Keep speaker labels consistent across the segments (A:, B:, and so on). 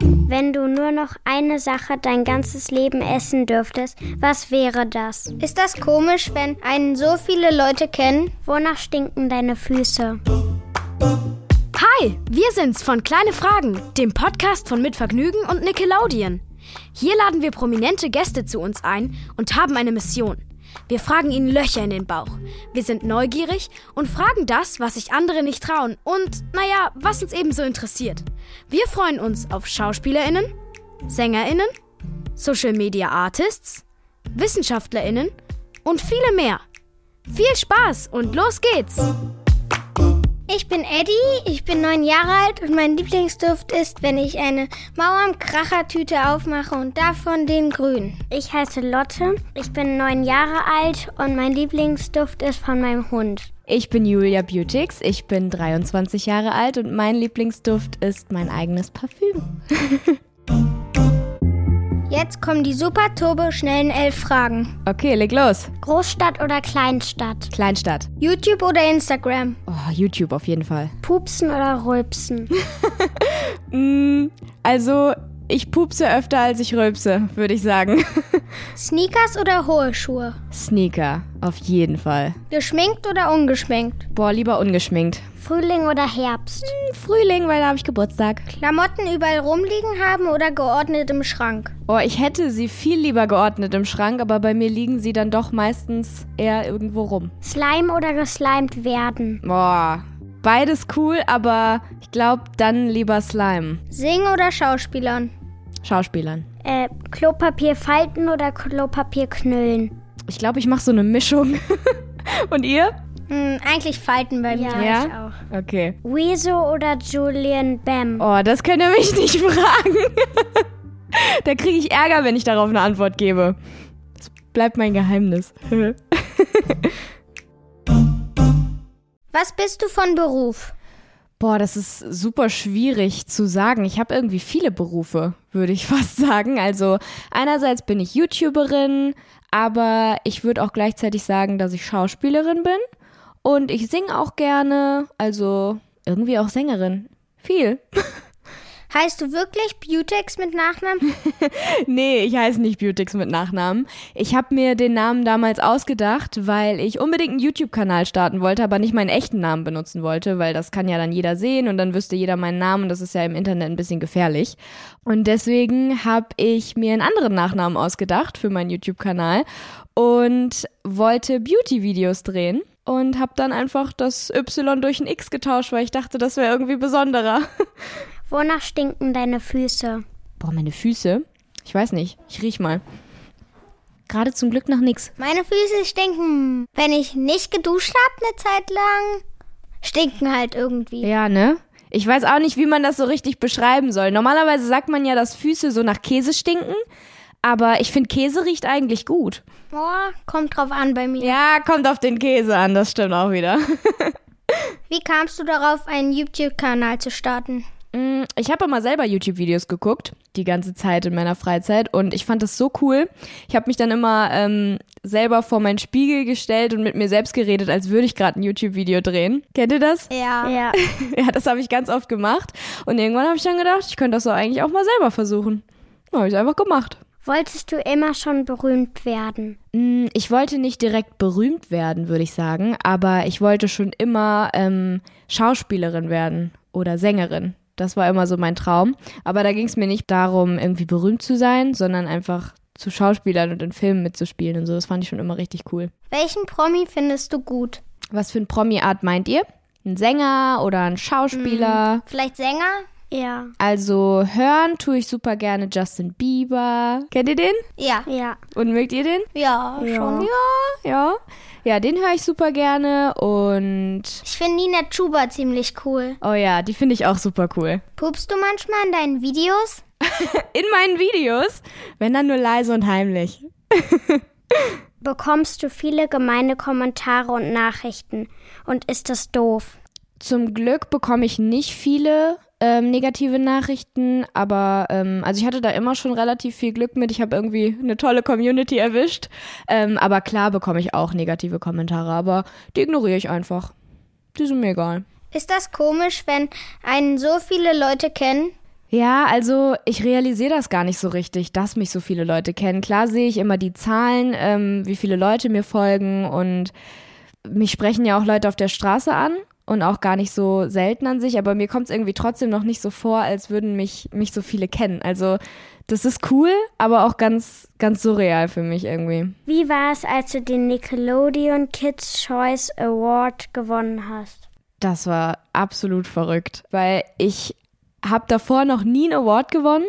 A: Wenn du nur noch eine Sache dein ganzes Leben essen dürftest, was wäre das?
B: Ist das komisch, wenn einen so viele Leute kennen?
A: Wonach stinken deine Füße?
C: Hi, wir sind's von Kleine Fragen, dem Podcast von Mitvergnügen und Nickelodeon. Hier laden wir prominente Gäste zu uns ein und haben eine Mission. Wir fragen ihnen Löcher in den Bauch. Wir sind neugierig und fragen das, was sich andere nicht trauen und, naja, was uns ebenso interessiert. Wir freuen uns auf SchauspielerInnen, SängerInnen, Social Media Artists, WissenschaftlerInnen und viele mehr. Viel Spaß und los geht's!
B: Ich bin Eddie, ich bin neun Jahre alt und mein Lieblingsduft ist, wenn ich eine Mauern-Krachertüte aufmache und davon den grünen.
A: Ich heiße Lotte, ich bin neun Jahre alt und mein Lieblingsduft ist von meinem Hund.
D: Ich bin Julia Beautix, ich bin 23 Jahre alt und mein Lieblingsduft ist mein eigenes Parfüm.
B: Jetzt kommen die super turbo schnellen elf Fragen.
D: Okay, leg los.
A: Großstadt oder Kleinstadt?
D: Kleinstadt.
B: YouTube oder Instagram?
D: Oh, YouTube auf jeden Fall.
A: Pupsen oder Rülpsen?
D: Mm, also, ich pupse öfter als ich rülpse, würde ich sagen.
B: Sneakers oder hohe Schuhe?
D: Sneaker, auf jeden Fall.
B: Geschminkt oder ungeschminkt?
D: Boah, lieber ungeschminkt.
A: Frühling oder Herbst?
D: Frühling, weil da habe ich Geburtstag.
B: Klamotten überall rumliegen haben oder geordnet im Schrank?
D: Oh, ich hätte sie viel lieber geordnet im Schrank, aber bei mir liegen sie dann doch meistens eher irgendwo rum.
A: Slime oder geslimed werden?
D: Boah, beides cool, aber ich glaube dann lieber Slime.
B: Singen oder Schauspielern?
D: Schauspielern.
A: Äh, Klopapier falten oder Klopapier knüllen?
D: Ich glaube, ich mache so eine Mischung. Und ihr?
B: Hm, eigentlich Falten bei mir.
D: Ja?
A: ich auch.
D: Okay.
A: Wieso oder Julian Bam?
D: Oh, das könnt ihr mich nicht fragen. da kriege ich Ärger, wenn ich darauf eine Antwort gebe. Das bleibt mein Geheimnis.
B: Was bist du von Beruf?
D: Boah, das ist super schwierig zu sagen. Ich habe irgendwie viele Berufe, würde ich fast sagen. Also einerseits bin ich YouTuberin, aber ich würde auch gleichzeitig sagen, dass ich Schauspielerin bin. Und ich singe auch gerne, also irgendwie auch Sängerin. Viel.
B: Heißt du wirklich Beautex mit Nachnamen?
D: Nee, ich heiße nicht Beautix mit Nachnamen. Ich habe mir den Namen damals ausgedacht, weil ich unbedingt einen YouTube-Kanal starten wollte, aber nicht meinen echten Namen benutzen wollte, weil das kann ja dann jeder sehen und dann wüsste jeder meinen Namen und das ist ja im Internet ein bisschen gefährlich. Und deswegen habe ich mir einen anderen Nachnamen ausgedacht für meinen YouTube-Kanal und wollte Beauty-Videos drehen und habe dann einfach das Y durch ein X getauscht, weil ich dachte, das wäre irgendwie besonderer.
A: Wonach stinken deine Füße?
D: Boah, meine Füße. Ich weiß nicht. Ich riech mal. Gerade zum Glück noch nix.
B: Meine Füße stinken. Wenn ich nicht geduscht habe eine Zeit lang, stinken halt irgendwie.
D: Ja, ne? Ich weiß auch nicht, wie man das so richtig beschreiben soll. Normalerweise sagt man ja, dass Füße so nach Käse stinken. Aber ich finde, Käse riecht eigentlich gut.
B: Boah, kommt drauf an bei mir.
D: Ja, kommt auf den Käse an, das stimmt auch wieder.
B: Wie kamst du darauf, einen YouTube-Kanal zu starten?
D: Mm, Ich habe immer selber YouTube-Videos geguckt, die ganze Zeit in meiner Freizeit. Und ich fand das so cool. Ich habe mich dann immer ähm, selber vor meinen Spiegel gestellt und mit mir selbst geredet, als würde ich gerade ein YouTube-Video drehen. Kennt ihr das?
B: Ja.
A: Ja.
D: Ja, das habe ich ganz oft gemacht. Und irgendwann habe ich dann gedacht, ich könnte das doch eigentlich auch mal selber versuchen. Dann habe ich einfach gemacht.
A: Wolltest du immer schon berühmt werden?
D: Mm, Ich wollte nicht direkt berühmt werden, würde ich sagen, aber ich wollte schon immer ähm, Schauspielerin werden oder Sängerin. Das war immer so mein Traum. Aber da ging es mir nicht darum, irgendwie berühmt zu sein, sondern einfach zu Schauspielern und in Filmen mitzuspielen und so. Das fand ich schon immer richtig cool.
B: Welchen Promi findest du gut?
D: Was für ein Promi-Art meint ihr? Ein Sänger oder ein Schauspieler?
B: Vielleicht Sänger?
A: Ja.
D: Also hören tue ich super gerne Justin Bieber. Kennt ihr den?
B: Ja.
A: Ja.
D: Und mögt ihr den?
B: Ja, schon. Ja.
D: Ja. Ja, den höre ich super gerne und
B: Ich finde Nina Chuba ziemlich cool.
D: oh ja, die finde ich auch super cool.
B: Pupst du manchmal in deinen Videos?
D: In meinen Videos, wenn dann nur leise und heimlich.
A: Bekommst du viele gemeine Kommentare und Nachrichten? Und ist das doof?
D: Zum Glück bekomme ich nicht viele ähm, negative Nachrichten, aber ähm, also ich hatte da immer schon relativ viel Glück mit. Ich habe irgendwie eine tolle Community erwischt. Ähm, aber klar bekomme ich auch negative Kommentare, aber die ignoriere ich einfach. Die sind mir egal.
B: Ist das komisch, wenn einen so viele Leute kennen?
D: Ja, also ich realisiere das gar nicht so richtig, dass mich so viele Leute kennen. Klar sehe ich immer die Zahlen, ähm, wie viele Leute mir folgen und mich sprechen ja auch Leute auf der Straße an und auch gar nicht so selten an sich, aber mir kommt es irgendwie trotzdem noch nicht so vor, als würden mich, mich so viele kennen. Also das ist cool, aber auch ganz, ganz surreal für mich irgendwie.
A: Wie war es, als du den Nickelodeon Kids Choice Award gewonnen hast?
D: Das war absolut verrückt, weil ich habe davor noch nie einen Award gewonnen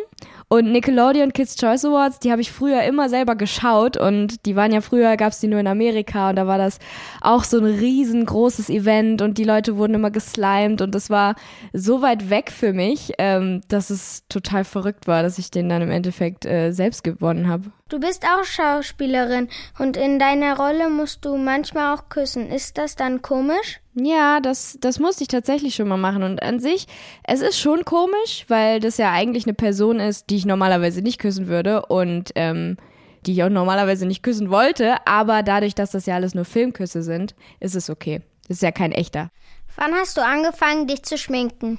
D: und Nickelodeon Kids Choice Awards, die habe ich früher immer selber geschaut und die waren ja früher, gab es die nur in Amerika und da war das auch so ein riesengroßes Event und die Leute wurden immer geslimed und das war so weit weg für mich, ähm, dass es total verrückt war, dass ich den dann im Endeffekt äh, selbst gewonnen habe.
B: Du bist auch Schauspielerin und in deiner Rolle musst du manchmal auch küssen. Ist das dann komisch?
D: Ja, das, das musste ich tatsächlich schon mal machen. Und an sich, es ist schon komisch, weil das ja eigentlich eine Person ist, die ich normalerweise nicht küssen würde und ähm, die ich auch normalerweise nicht küssen wollte. Aber dadurch, dass das ja alles nur Filmküsse sind, ist es okay. Ist ja kein echter.
B: Wann hast du angefangen, dich zu schminken?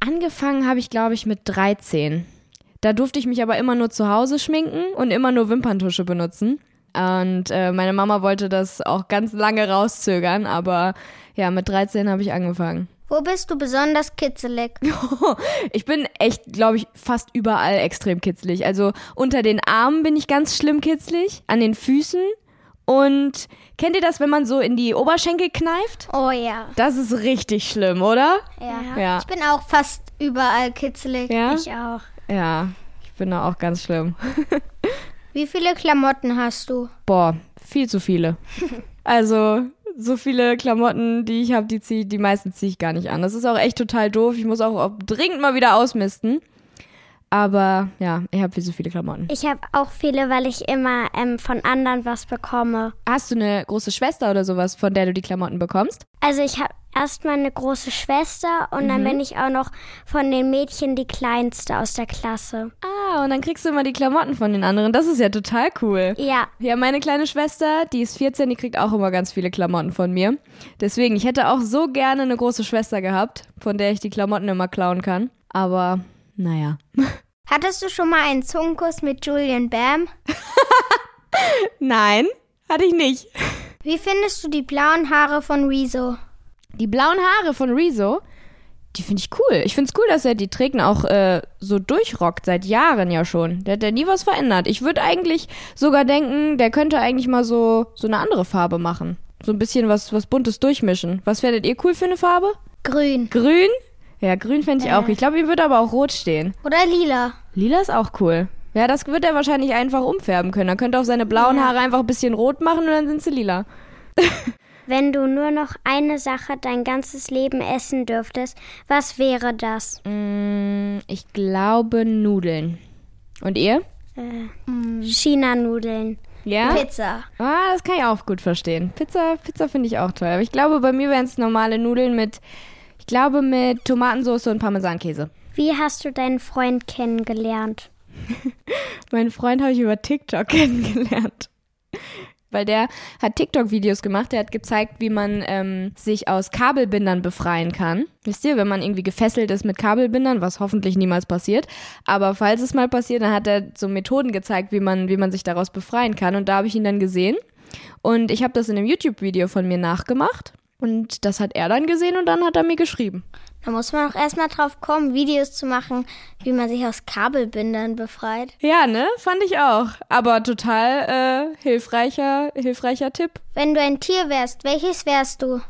D: Angefangen habe ich, glaube ich, mit 13. Da durfte ich mich aber immer nur zu Hause schminken und immer nur Wimperntusche benutzen. Und äh, meine Mama wollte das auch ganz lange rauszögern, aber ja, mit 13 habe ich angefangen.
B: Wo bist du besonders kitzelig?
D: ich bin echt, glaube ich, fast überall extrem kitzlig. Also unter den Armen bin ich ganz schlimm kitzlig, an den Füßen. Und kennt ihr das, wenn man so in die Oberschenkel kneift?
B: Oh ja.
D: Das ist richtig schlimm, oder?
B: Ja.
D: Ja.
B: Ich bin auch fast überall kitzelig.
D: Ja?
A: Ich auch.
D: Ja, ich bin da auch ganz schlimm.
B: Wie viele Klamotten hast du?
D: Boah, viel zu viele. Also so viele Klamotten, die ich habe, die zieh, die meisten ziehe ich gar nicht an. Das ist auch echt total doof. Ich muss auch, auch dringend mal wieder ausmisten. Aber ja, ich habe viel zu viele Klamotten.
A: Ich habe auch viele, weil ich immer ähm, von anderen was bekomme.
D: Hast du eine große Schwester oder sowas, von der du die Klamotten bekommst?
A: Also ich habe erstmal eine große Schwester und dann bin ich auch noch von den Mädchen die kleinste aus der Klasse.
D: Ah, und dann kriegst du immer die Klamotten von den anderen. Das ist ja total cool.
A: Ja,
D: Ja, meine kleine Schwester, die ist 14, die kriegt auch immer ganz viele Klamotten von mir. Deswegen, ich hätte auch so gerne eine große Schwester gehabt, von der ich die Klamotten immer klauen kann. Aber naja.
B: Hattest du schon mal einen Zungenkuss mit Julian Bam?
D: Nein, hatte ich nicht.
B: Wie findest du die blauen Haare von Rezo?
D: Die blauen Haare von Rezo, die finde ich cool. Ich finde es cool, dass er die Trägen auch äh, so durchrockt, seit Jahren ja schon. Der hat ja nie was verändert. Ich würde eigentlich sogar denken, der könnte eigentlich mal so, so eine andere Farbe machen. So ein bisschen was, was Buntes durchmischen. Was fändet ihr cool für eine Farbe?
B: Grün
D: Grün? Ja, grün fände ich auch. Ich glaube, ihm würde aber auch rot stehen.
B: oder lila?
D: Lila ist auch cool. Ja, das wird er wahrscheinlich einfach umfärben können. Er könnte auch seine blauen Haare einfach ein bisschen rot machen und dann sind sie lila.
A: wenn du nur noch eine Sache dein ganzes Leben essen dürftest, was wäre das?
D: Mm, Ich glaube Nudeln. Und ihr?
A: China-Nudeln.
D: Ja?
B: Mm. Pizza.
D: Ah, das kann ich auch gut verstehen. Pizza, Pizza finde ich auch toll. Aber ich glaube, bei mir wären es normale Nudeln mit, ich glaube, mit Tomatensauce und Parmesankäse.
A: Wie hast du deinen Freund kennengelernt?
D: Meinen Freund habe ich über TikTok kennengelernt. Weil der hat TikTok-Videos gemacht, der hat gezeigt, wie man ähm, sich aus Kabelbindern befreien kann. Wisst ihr, wenn man irgendwie gefesselt ist mit Kabelbindern, was hoffentlich niemals passiert. Aber falls es mal passiert, dann hat er so Methoden gezeigt, wie man, wie man sich daraus befreien kann. Und da habe ich ihn dann gesehen. Und ich habe das in einem YouTube-Video von mir nachgemacht. Und das hat er dann gesehen und dann hat er mir geschrieben.
B: Da muss man auch erstmal drauf kommen, Videos zu machen, wie man sich aus Kabelbindern befreit.
D: Ja, ne? Fand ich auch. Aber total äh, hilfreicher, hilfreicher Tipp.
B: Wenn du ein Tier wärst, welches wärst du?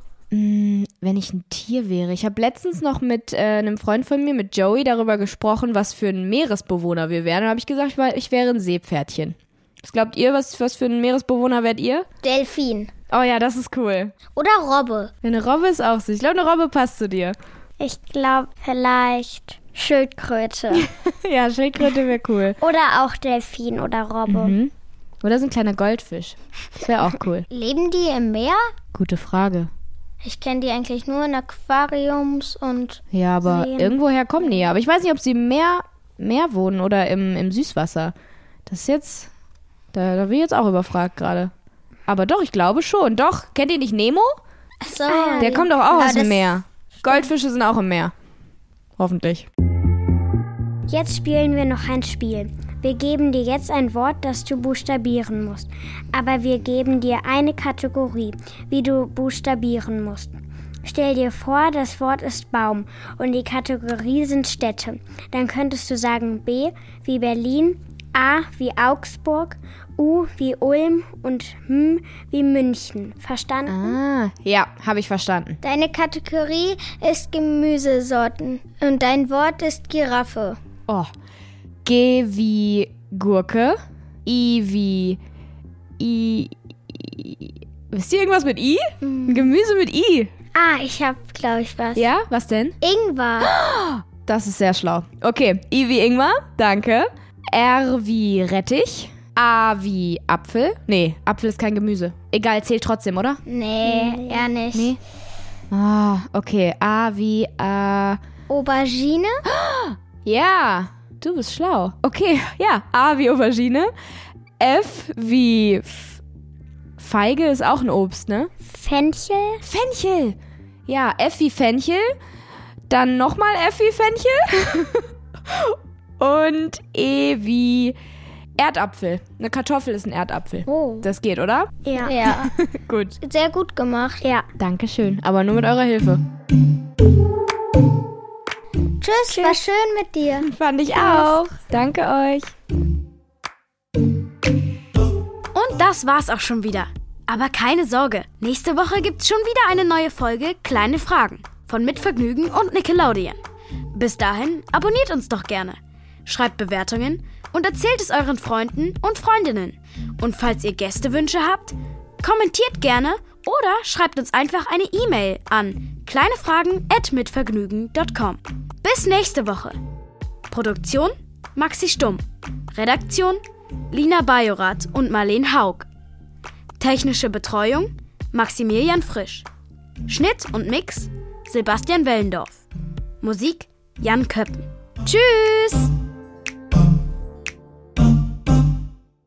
D: wenn ich ein Tier wäre. Ich habe letztens noch mit äh, einem Freund von mir, mit Joey, darüber gesprochen, was für ein Meeresbewohner wir wären. Da habe ich gesagt, ich, war, ich wäre ein Seepferdchen. Was glaubt ihr, was, was für ein Meeresbewohner wärt ihr?
B: Delfin
D: Oh ja, das ist cool.
B: oder Robbe.
D: Eine Robbe ist auch so. Ich glaube, eine Robbe passt zu dir.
A: Ich glaube vielleicht Schildkröte
D: ja, Schildkröte wäre cool.
A: oder auch Delfin oder Robbe.
D: Oder so ein kleiner Goldfisch. Das wäre auch cool.
B: Leben die im Meer?
D: Gute Frage.
B: Ich kenne die eigentlich nur in Aquariums und
D: Ja, aber
A: Seen.
D: irgendwoher kommen die ja. Aber ich weiß nicht, ob sie im Meer, Meer wohnen oder im, im Süßwasser. Das ist jetzt. Da, da bin ich jetzt auch überfragt gerade. Aber doch, ich glaube schon. Doch, kennt ihr nicht Nemo?
B: so.
A: Ah,
D: Der kommt doch auch
B: Aber
D: aus dem
B: das-
D: Meer. Goldfische sind auch im Meer. Hoffentlich.
A: Jetzt spielen wir noch ein Spiel. Wir geben dir jetzt ein Wort, das du buchstabieren musst. Aber wir geben dir eine Kategorie, wie du buchstabieren musst. Stell dir vor, das Wort ist Baum und die Kategorie sind Städte. Dann könntest du sagen B wie Berlin, A wie Augsburg, U wie Ulm und M wie München. Verstanden?
D: Ah, ja, habe ich verstanden.
B: Deine Kategorie ist Gemüsesorten und dein Wort ist Giraffe.
D: Oh. G wie Gurke. I wie. I. I wisst ihr irgendwas mit I? Gemüse mit I.
B: Ah, ich hab, glaube ich, was.
D: Ja, was denn?
B: Ingwer.
D: Das ist sehr schlau. Okay, I wie Ingmar, danke. R wie Rettich. A wie Apfel. Nee, Apfel ist kein Gemüse. Egal, zählt trotzdem, oder?
B: Nee, ja nicht.
D: Ah, okay. A wie, äh,
B: Aubergine.
D: Ja, du bist schlau. Okay, ja. A wie Aubergine. F wie F Feige ist auch ein Obst, ne?
A: Fenchel,
D: Fenchel. Ja, F wie Fenchel. Dann nochmal F wie Fenchel. Und E wie Erdapfel. Eine Kartoffel ist ein Erdapfel.
B: Oh.
D: Das geht, oder?
A: Ja.
B: Ja,
D: Gut.
B: sehr gut gemacht.
A: ja.
D: Dankeschön. Aber nur mit eurer Hilfe.
B: Tschüss, Tschüss, war schön mit dir.
D: Fand ich auch. Danke euch.
C: Und das war's auch schon wieder. Aber keine Sorge, nächste Woche gibt's schon wieder eine neue Folge Kleine Fragen von Mitvergnügen und Nickelodeon. Bis dahin abonniert uns doch gerne, schreibt Bewertungen und erzählt es euren Freunden und Freundinnen. Und falls ihr Gästewünsche habt, kommentiert gerne oder schreibt uns einfach eine E-Mail an kleinefragen@mitvergnügen.com. Bis nächste Woche. Produktion Maxi Stumm. Redaktion Lina Bajorat und Marleen Haug. Technische Betreuung Maximilian Frisch. Schnitt und Mix Sebastian Wellendorf. Musik Jan Köppen. Tschüss!